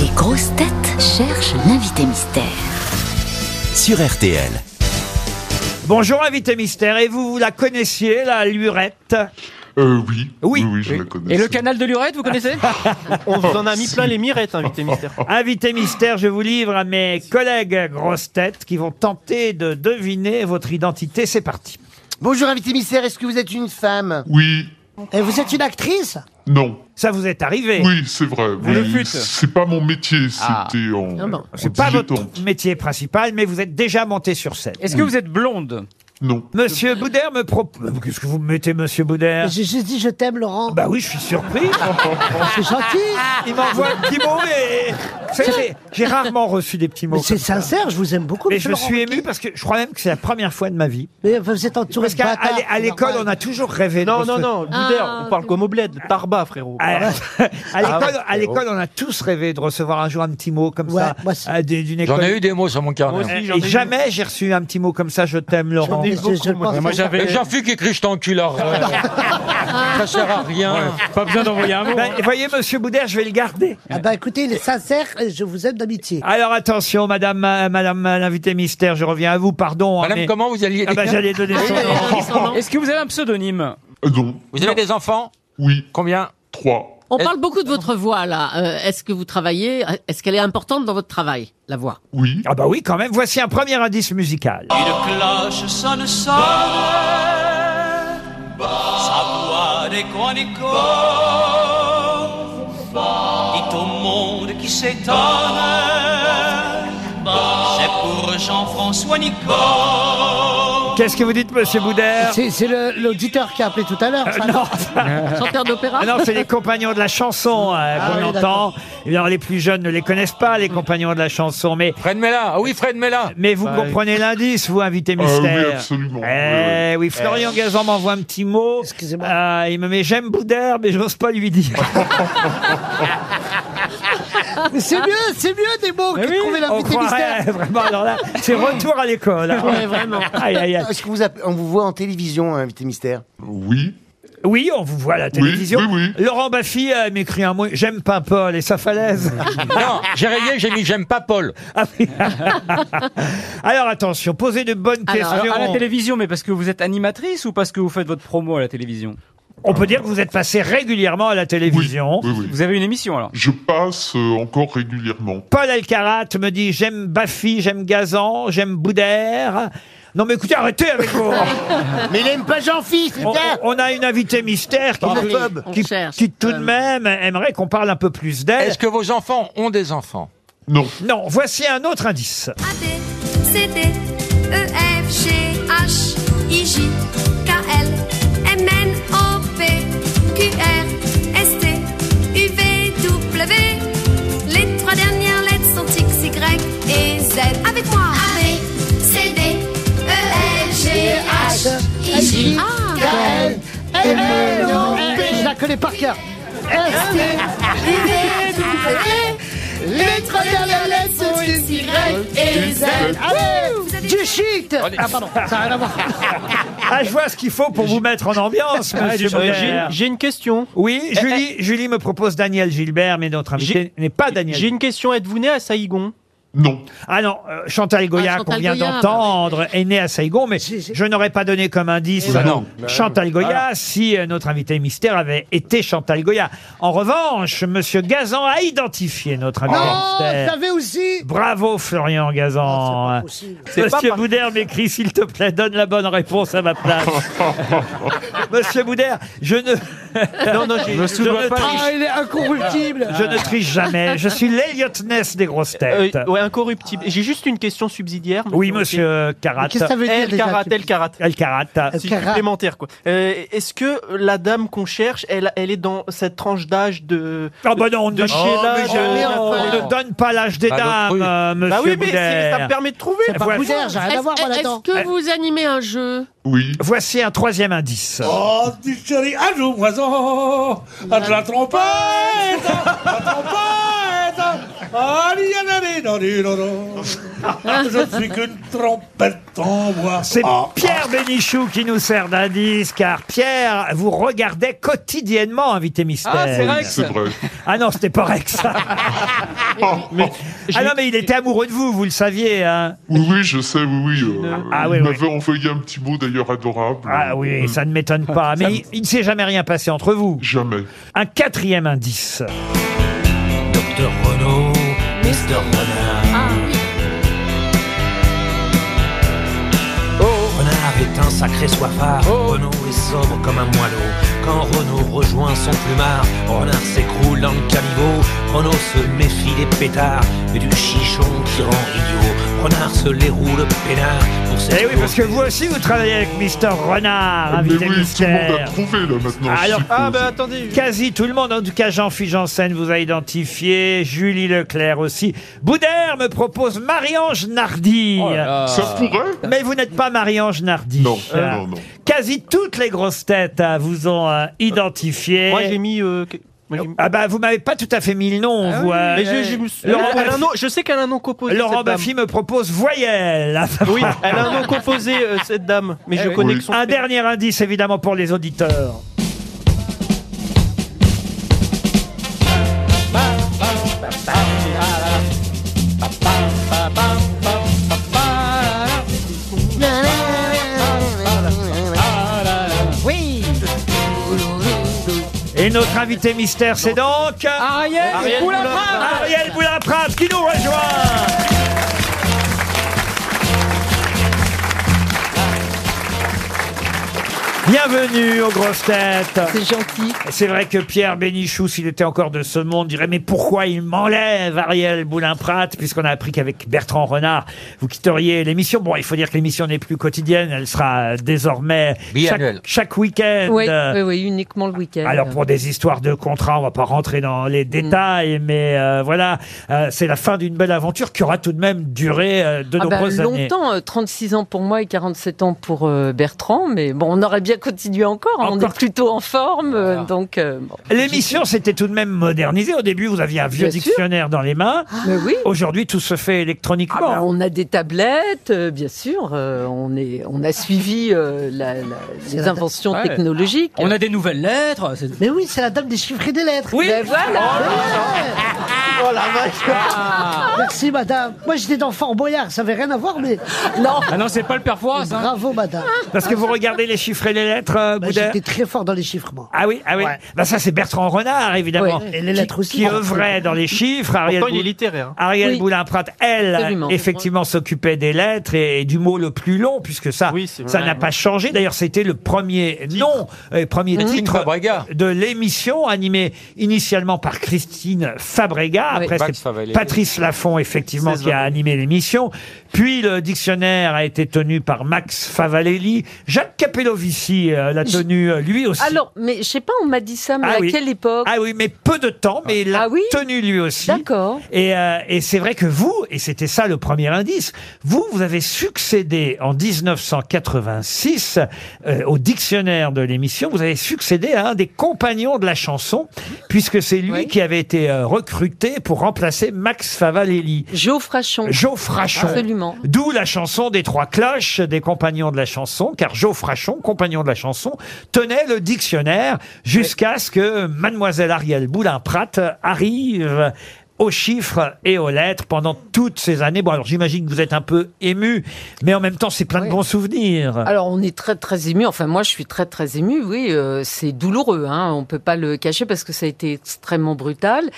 Les grosses têtes cherchent l'invité mystère. sur RTL. Bonjour, invité mystère. Et vous, vous la connaissiez, la lurette Euh, oui. Oui. je la connais. Et le canal de Lurette, vous connaissez On vous en a mis plein les mirettes, invité mystère. Invité mystère, je vous livre à mes collègues grosses têtes qui vont tenter de deviner votre identité. C'est parti. Bonjour invité mystère, est-ce que vous êtes une femme Oui, Et Eh, vous êtes une actrice non. Ça vous est arrivé Oui, c'est vrai. le mais fûtes. C'est pas mon métier, c'était en. Ah bon. en C'est pas votre dilettante. métier principal, mais vous êtes déjà monté sur scène. Est-ce que vous êtes blonde Non. Monsieur Boudère me propose... Qu'est-ce que vous me mettez, monsieur Boudère J'ai juste dit je t'aime Laurent. Ah. Bah Ah. oui, je suis surpris. C'est gentil. Il m'envoie un petit mot, mais... Vous savez, J'ai rarement reçu des petits mots. Mais c'est comme ça. sincère, je vous aime beaucoup. Mais monsieur je me Laurent. suis ému parce que je crois même que c'est la première fois de ma vie. Mais enfin, vous êtes entouré Parce de qu'à bâtards. à l'é- à c'est l'école, on normal. a toujours rêvé de Non, non, construire- non, leader, on parle comme au bled, par bas, frérot. Ah, À, Ah, à l'école, à ouais, l'école, on a tous rêvé de recevoir un jour un petit mot comme Ouais, ça. moi aussi. à des- d'une J'en école. ai eu des mots sur mon carnet. hein. Moi Et aussi, j'en ai eu. jamais j'ai reçu un petit mot comme ça, je t'aime, Laurent. Mais je- je le pense. Et j'en fus qui crie je t'enculard. Ça sert à rien. Pas besoin d'envoyer un mot. Ben, voyez, monsieur Boudère, je vais le garder. Ah bah écoutez, il est sincère, et je vous aime d'amitié. Alors attention, madame, euh, madame euh, l'invité mystère, je reviens à vous, pardon. hein, Madame, mais- comment vous alliez Ah ben, j'allais donner son nom. Est-ce que vous avez un pseudonyme Euh, Non. Vous avez des enfants Oui, Combien trois. On Est- parle beaucoup de votre voix là. Euh, Est-ce que vous travaillez Est-ce qu'elle est importante dans votre travail, la voix Oui, Ah bah oui, quand même. Voici un premier indice musical. Une cloche sonne, sonne, sa voix des chroniqueurs dit au monde qui s'étonne, c'est pour Jean-François Nico. Qu'est-ce que vous dites, monsieur Boudère C'est c'est le- l'auditeur qui a appelé tout à l'heure. ça. Ah. Euh, Non, Chanteur d'opéra Ah non, c'est les compagnons de la chanson euh, qu'on Ah oui, entend. Et alors, les plus jeunes ne les connaissent pas, les compagnons de la chanson, mais Fred Mella. Ah oui, Fred Mella. Mais vous Bah, comprenez l'indice, vous, invité Ah oui, mystère absolument. Eh oui, Florian Gazan m'envoie un petit mot. Excusez-moi. Euh, il me met j'aime Boudère, mais j'ose pas lui dire. Mais C'est mieux, c'est mieux des mots que de trouver On l'invité croirait mystère. vraiment. Alors là, c'est retour à l'école. hein. Ouais, vraiment. Aïe, aïe, aïe. Est-ce que vous app- on vous voit en télévision, hein, invité mystère Oui, Oui, on vous voit à la télévision. oui, oui. Laurent Baffy euh, m'écrit un mot. J'aime pas Paul et sa falaise. Non, j'ai rayé, j'ai mis j'aime pas Paul. Ah oui. Alors attention, posez de bonnes Alors, questions. Alors, à la télévision, mais parce que vous êtes animatrice ou parce que vous faites votre promo à la télévision on peut dire que vous êtes passé régulièrement à la oui. télévision. oui, oui. Vous avez une émission alors Je passe euh, encore régulièrement. Paul Alcarat me dit j'aime Baffy, j'aime Gazan, j'aime Boudère. Non mais écoutez, arrêtez avec vous Mais il aime pas Jean-Fils, on, on a une invitée mystère qui, Dans le qui- pub. On qui- cherche. Euh. qui, tout de même aimerait qu'on parle un peu plus d'elle. Est-ce que vos enfants ont des enfants Non, Non, voici un autre indice. A, B, C, D, E, F, G, H, I, J, K, L, M, N, O, P, Q, R, S, T, U, V, W. Les trois dernières lettres sont X, Y et Z. Avec moi. A, B, C, D, E, F, G, H, I, J, Ah, K, L, Eh, eh, non, eh, Je la connais par cœur. Les trois dernières lettres sont X, Y et Z. Du shit Ah pardon, ça n'a rien à voir. Ah, je vois ce qu'il faut pour vous mettre en ambiance, monsieur Euh, Boudère. j'ai- J'ai une question. Eh, Oui, Julie, Julie me propose Daniel Gilbert, mais notre invité n'est pas Daniel. J'ai une question. Êtes-vous né à Saïgon non. Ah non, euh, Chantal Goya, Ah, Chantal qu'on vient Goya, bah d'entendre, est née à Saigon, mais je n'aurais pas donné comme indice Bah non. Chantal Goya si euh, notre invité mystère avait été Chantal Goya. En revanche, Monsieur Gazan a identifié notre invité Non, mystère. t'avais aussi Bravo Florian Ah, Gazan. c'est pas possible. pas Monsieur par- Boudère m'écrit, s'il te plaît, donne la bonne réponse à ma place. Monsieur Boudère, je ne, Non, non, j'ai- je ne triche, Ah, il est incorruptible je ne triche jamais. Je suis l'Eliot Ness des grosses Euh, têtes. ouais, incorruptible. J'ai juste une question subsidiaire. oui, monsieur Carat. Mais Qu'est-ce que ça veut dire El déjà Karat, tu- El Karat. Alcarat. C'est Karat. supplémentaire quoi. Euh, Est-ce que la dame qu'on cherche, elle, elle est dans cette tranche d'âge de Ah bah non, on ne, de donne, Sheila, mais jamais, de- enfin. on ne donne pas l'âge des Bah, dames, l'autre euh, monsieur Bah oui, mais c'est- Boudère. ça me permet de trouver. C'est pas Voilà. Boudère, j'ai rien à voir moi Est-ce là-dedans. est-ce que vous animez un jeu Oui, Voici un troisième indice. Oh, petit chéri, à jour, Ah, oiseau, à de la trompette, Ah, la trompette, Allez, allez, allez, allez, allez. Je ne suis qu'une trompette en bois. Ah. C'est Ah. Pierre Bénichou qui nous sert d'indice, car Pierre vous regardait quotidiennement, invité mystère. Ah, c'est Rex. C'est vrai. Ah non, c'était pas Rex. ah non, mais il était amoureux de vous, vous le saviez. Hein. Oui, oui, je sais, oui, oui. euh, Ah, oui, il oui. m'avait envoyé un petit mot d'ailleurs adorable. Ah oui, ça ne m'étonne pas. Mais il, il ne s'est jamais rien passé entre vous. Jamais. Un quatrième indice. Docteur Renault, Mister Renard. Oh. Renard est un sacré soifard. Renault est sobre comme un moineau. Quand Renault rejoint son plumard, Renard s'écroule dans le caniveau. Renault se méfie des pétards et du chichon qui rend idiot. Renard se les roule peinard pour ses. Eh oui, parce que vous aussi, vous travaillez avec Mister Renard, Eh, Mais oui, invité tout le monde a mystère. trouvé là maintenant. je Ah, Alors, suppose. attendez. Quasi tout le monde, en tout cas Jean-Philippe Janssen vous a identifié, Julie Leclerc aussi. Boudère me propose Marie-Ange Nardi. Oh là là. Ça pourrait Mais vous n'êtes pas Marie-Ange Nardi. Non, non, non. Quasi toutes les grosses têtes euh, vous ont euh, identifié. Moi, j'ai mis, euh, Ah Ah bah vous m'avez pas tout à fait mis le nom. vous, euh, Mais je, je me suis- Laurent elle a un Baffy- nom- je sais qu'elle a un nom composé. Laurent cette dame. Baffy me propose Voyelle. Oui, elle a un nom composé, euh, cette dame. Mais je Eh connais oui. que son. Un dernier indice, évidemment, pour les auditeurs. Oui. Et notre invité mystère, c'est donc... Ariel, Ariel Boulin-Prince. Ariel Boulin-Prince qui nous rejoint Bienvenue aux grosses têtes. C'est gentil. C'est vrai que Pierre Bénichou, s'il était encore de ce monde, dirait mais pourquoi il m'enlève Ariel Boulin-Prat puisqu'on a appris qu'avec Bertrand Renard, vous quitteriez l'émission. Bon, il faut dire que l'émission n'est plus quotidienne, elle sera désormais chaque, Biannuelle. chaque week-end. Oui, Euh, oui, oui, uniquement le week-end. alors pour des histoires de contrats, on va pas rentrer dans Mm. les détails, mais euh, voilà, euh, c'est la fin d'une belle aventure qui aura tout de même duré euh, de Ah bah, nombreuses années. longtemps, euh, 36 ans pour moi et 47 ans pour euh, Bertrand, mais bon, on aurait bien continué encore, hein, on est plutôt en forme, euh, donc... euh, bon. L'émission s'était tout de même modernisée. Au début, vous aviez un vieux Bien sûr. dictionnaire dans les mains. Mais oui. Aujourd'hui, tout se fait électroniquement. Ah bah, on a des tablettes, euh, bien sûr, euh, on, est, on a suivi euh, la- la- les inventions Ouais. technologiques. On a des nouvelles lettres. c'est- Mais oui, c'est la dame des chiffres et des lettres. Oui. Mais voilà. Oh la vache Merci madame. Moi j'étais dans Fort Boyard, ça avait rien à voir mais... Non Ah non, c'est pas le père Fouras, hein. Bravo madame. Parce que vous regardez les chiffres et les lettres, euh, Ah. Bah, Boudin J'étais très fort dans les chiffres moi. Ah oui, ah oui. Bah ça c'est Bertrand Renard évidemment, Oui. Et les qui- lettres aussi. qui œuvrait dans les chiffres. Ariel Pourtant, il est Boul- littéraire. hein. Ariel Oui. Boulin-Prat, elle, Absolument. effectivement s'occupait des lettres et, et du mot le plus long puisque ça, ça vrai, n'a oui. pas changé. D'ailleurs, c'était le premier nom, euh, premier Christine titre de l'émission animée initialement par Christine Fabrega. Oui. Après Max c'est Favalli. Patrice Laffont effectivement C'est qui a ça. animé l'émission. Puis le dictionnaire a été tenu par Max Favalelli. Jacques Capellovici euh, l'a tenu euh, lui aussi. Alors, mais je sais pas, on m'a dit ça, mais Ah à oui. quelle époque Ah oui, mais peu de temps, mais il l'a tenu lui aussi. D'accord. Et, euh, et c'est vrai que vous, et c'était ça le premier indice, vous, vous avez succédé en 1986 euh, au dictionnaire de l'émission, vous avez succédé à un des compagnons de la chanson, puisque c'est lui qui avait été euh, recruté pour remplacer Max Favalelli. Geoffrachon. Geoffrachon. Absolument. D'où la chanson des trois cloches des compagnons de la chanson, car Geoffrachon, compagnon de la chanson, tenait le dictionnaire jusqu'à ce que mademoiselle Ariel Boulin-Prat arrive aux chiffres et aux lettres pendant toutes ces années. Bon, alors j'imagine que vous êtes un peu ému, mais en même temps, c'est plein de bons souvenirs. Alors on est très très ému. Enfin moi je suis très très ému. Oui, euh, c'est douloureux. Hein. On peut pas le cacher parce que ça a été extrêmement brutal.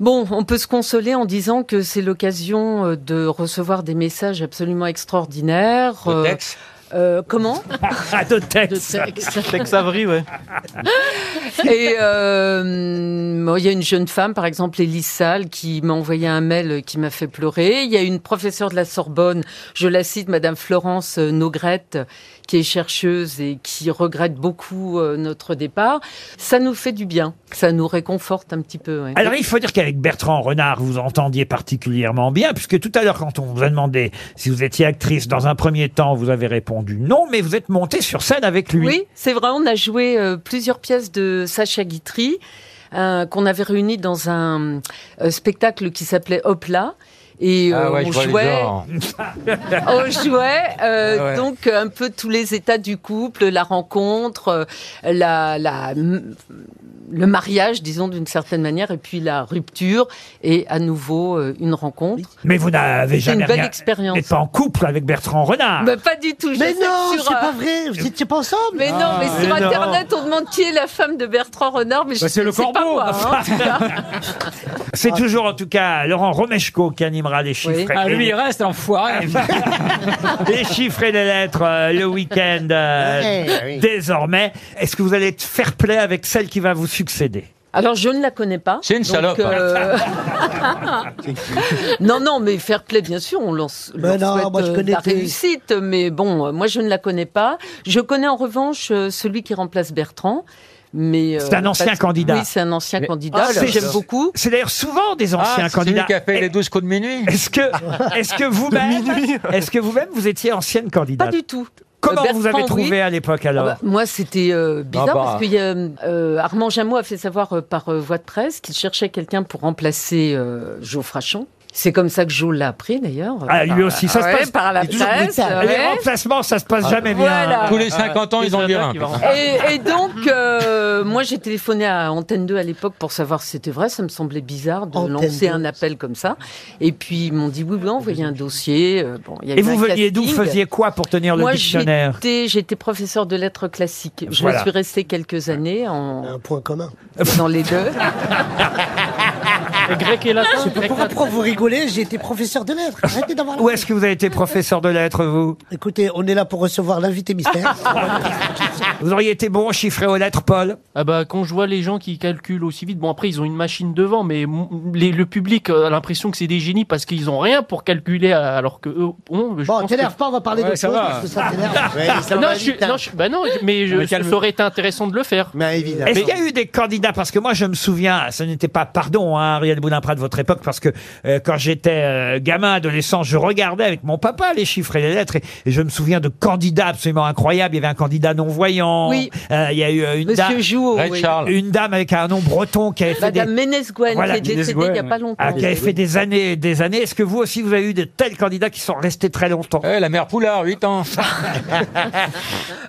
Bon, on peut se consoler en disant que c'est l'occasion euh, de recevoir des messages absolument extraordinaires. De Euh, texte euh, comment Ah, De texte. Tex Avery, ouais. Et euh, moi, il y a une jeune femme, par exemple, Élise Salle, qui m'a envoyé un mail qui m'a fait pleurer. Il y a une professeure de la Sorbonne, je la cite, Madame Florence euh, Nogrette, qui est chercheuse et qui regrette beaucoup euh, notre départ. Ça nous fait du bien, ça nous réconforte un petit peu. ouais. Alors, il faut dire qu'avec Bertrand Renard, vous entendiez particulièrement bien, puisque tout à l'heure, quand on vous a demandé si vous étiez actrice, dans un premier temps, vous avez répondu non, mais vous êtes montée sur scène avec lui. Oui, c'est vrai, on a joué euh, plusieurs pièces de Sacha Guitry. un- qu'on avait réunis dans un euh, spectacle qui s'appelait Hop là. Et Ah euh, ouais, je on, vois les jouait, genres. on jouait Oh, euh, Ah ouais. donc un peu tous les états du couple, la rencontre, euh, la, la- m- le mariage, disons d'une certaine manière, et puis la rupture, et à nouveau euh, une rencontre. Ah, Mais vous n'avez C'est jamais une belle rien- expérience. n'êtes pas en couple avec Bertrand Renard. Bah, pas du tout. Mais je sais non, que sur, c'est euh, pas vrai. Vous étiez pas ensemble. Mais non, mais Ah. sur Mais non. Internet, on demande qui est la femme de Bertrand Renard. Mais je Bah, c'est le sais pas corbeau. moi, hein. ah. C'est toujours en tout cas Laurent Romeshko qui animera les chiffres. Ah, et- lui, il reste, l'enfoiré. les chiffres et les lettres euh, le week-end euh, Ah Ouais, oui. désormais. Est-ce que vous allez être fair play avec celle qui va vous succéder Alors, je ne la connais pas. C'est une donc, euh, salope. non, non, mais fair play, bien sûr, on lance Mais Bah non, moi, je connais euh, la tes- réussite. Mais bon, euh, moi, je ne la connais pas. Je connais en revanche euh, celui qui remplace Bertrand. Mais euh, C'est un ancien parce- candidat. Oui, c'est un ancien candidat. Ah, alors c'est- J'aime beaucoup. C'est d'ailleurs souvent des anciens Ah, c'est candidats. celui qui a fait les 12 coups de minuit. Est-ce que, est-ce que vous-même, est-ce que vous-même vous étiez ancienne candidate Pas du tout. Bah, Comment Euh, vous avez Bertrand, trouvé oui. à l'époque alors Ah bah, Moi, c'était euh, bizarre Ah bah. parce que y a, euh, Armand Jameau a fait savoir euh, par euh, voie de presse qu'il cherchait quelqu'un pour remplacer euh, Jo Frachon. C'est comme ça que Jo l'a appris d'ailleurs. Ah, lui Par- aussi, ça ouais, se passe. par la presse. Les bah, ouais. remplacements, ça se passe jamais bien. Voilà. Tous les 50 ans, ils en virent un. Et, et donc, euh, moi, j'ai téléphoné à Antenne 2 à l'époque pour savoir si c'était vrai. Ça me semblait bizarre de Antenne lancer 2. un appel comme ça. Et puis, ils m'ont dit oui, oui, envoyez un dossier. Euh, Bon, il y a Et eu vous un veniez d'où Vous casting. faisiez quoi pour tenir le Moi, dictionnaire j'étais- J'étais professeur de lettres classiques. Je Voilà. suis restée quelques années en. Un point commun. Dans les deux. grec et latin. Je sais pas pourquoi, Ah. pourquoi vous rigolez, j'ai été professeur de lettres. Arrêtez d'avoir la- Où est-ce que vous avez été professeur de lettres, vous Écoutez, on est là pour recevoir l'invité mystère. Vous auriez été bon chiffré aux lettres, Paul Ah bah quand je vois les gens qui calculent aussi vite, bon après ils ont une machine devant, mais m- les- le public euh, a l'impression que c'est des génies parce qu'ils ont rien pour calculer euh, alors que eux ont. je bon, pense t'énerve que- pas, on va parler Ouais, d'autre ça chose va. parce que ça t'énerve. non, je hein. suis- non, je- bah non, je- mais, je, Ah, Mais ça calme- aurait été intéressant de le faire. Est-ce qu'il y a eu des candidats Parce que moi, je me souviens, ce n'était pas, pardon, hein, Ariel Boulin-Prat de votre époque, parce que euh, quand j'étais euh, gamin, adolescent, je regardais avec mon papa les chiffres et les lettres, et, et je me souviens de candidats absolument incroyables. Il y avait un candidat non-voyant. Oui. Euh, il y a eu euh, une Monsieur dame. Jouot, Ray oui. Charles. Une dame avec un nom breton qui avait fait Madame des... Ménesgouen, Voilà. qui est décédée il n'y a pas longtemps. Ah, qui avait fait des années et des années. Est-ce que vous aussi, vous avez eu de tels candidats qui sont restés très longtemps Eh, la mère Poulard, 8 ans.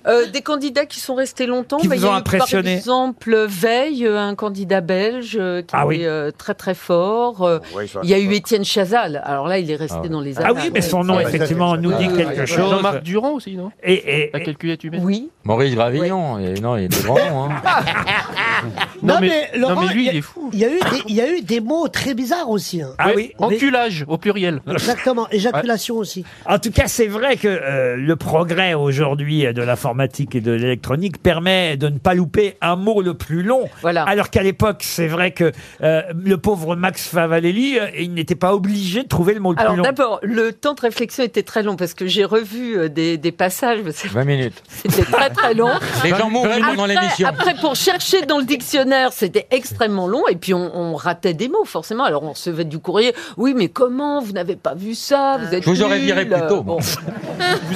Euh, des candidats qui sont restés longtemps. Qui Bah, vous il y a ont eu, impressionné. Par exemple, Veil, euh, un candidat belge euh, qui Ah oui. était euh, très très fort. Euh, ouais, ça- il y a eu Étienne Chazal. Alors là, il est resté Ah ouais. dans les Ah oui, mais son Euh, nom, effectivement, nous dit quelque chose. Jean-Marc Durand aussi, non Et, et- La calculette humaine. Oui. Maurice Gravillon. Et non, il est grand nom. Hein. Non, Non, mais, mais- Laurent, non, mais lui, y a- il est fou. Il y, a eu des- il y a eu des mots très bizarres aussi. hein. Ah oui. Enculage au pluriel. Exactement, éjaculation aussi. En tout cas, c'est vrai que euh, le progrès aujourd'hui euh, de l'informatique et de l'électronique permet de ne pas louper un mot le plus long. Alors qu'à l'époque, c'est vrai que euh, le pauvre Max Favalelli, euh, il n'était pas obligé de trouver le mot le Alors plus long. d'abord, le temps de réflexion était très long parce que j'ai revu euh, des, des passages. parce que 20 minutes. C'était très très long. Les gens mourraient pendant Après- l'émission. Après, pour chercher dans le dictionnaire, c'était extrêmement long. Et puis, on, on ratait des mots, forcément. Alors, on recevait du courrier. Oui, mais comment Vous n'avez pas vu ça Ah. Vous êtes Je vous aurais nuls. viré plus tôt. Bon.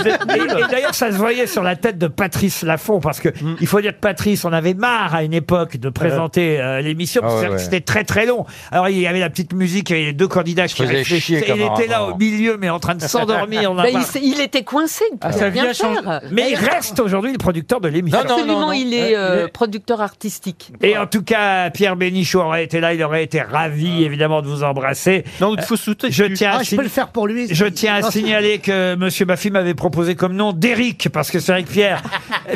Et, et d'ailleurs, ça se voyait sur la tête de Patrice Laffont, parce que il faut dire que Patrice, on avait marre à une époque de présenter euh, l'émission, parce que Ah c'est ouais, vrai que ouais. c'était très très long. Alors il y avait la petite musique, il y avait deux candidats qui faisais réfléchissaient. chier comme il un était là rat. au milieu, mais en train de s'endormir. on en a Bah, il, marre. s'est- il était coincé. il Ah, pouvait sa vie rien a changé. faire. Mais il reste aujourd'hui le producteur de l'émission. Absolument, il est euh, producteur artistique. Et en tout cas, Pierre Bénichou aurait été là, il aurait été ravi, évidemment, de vous embrasser. Non, il faut soutenir. Je tiens à, Ah, je sign- peux le faire pour lui. je tiens à Non, c'est- signaler que Monsieur Baffy m'avait proposé comme nom d'Éric, parce que c'est vrai que Pierre,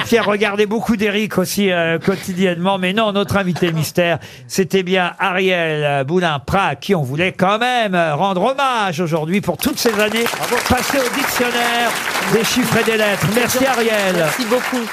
Pierre regardait beaucoup d'Éric aussi euh, quotidiennement. Mais non, notre invité mystère, c'était bien Ariel Boulin-Prat, à qui on voulait quand même rendre hommage aujourd'hui pour toutes ces années passées au dictionnaire des chiffres et des lettres. Merci Ariel. Merci beaucoup.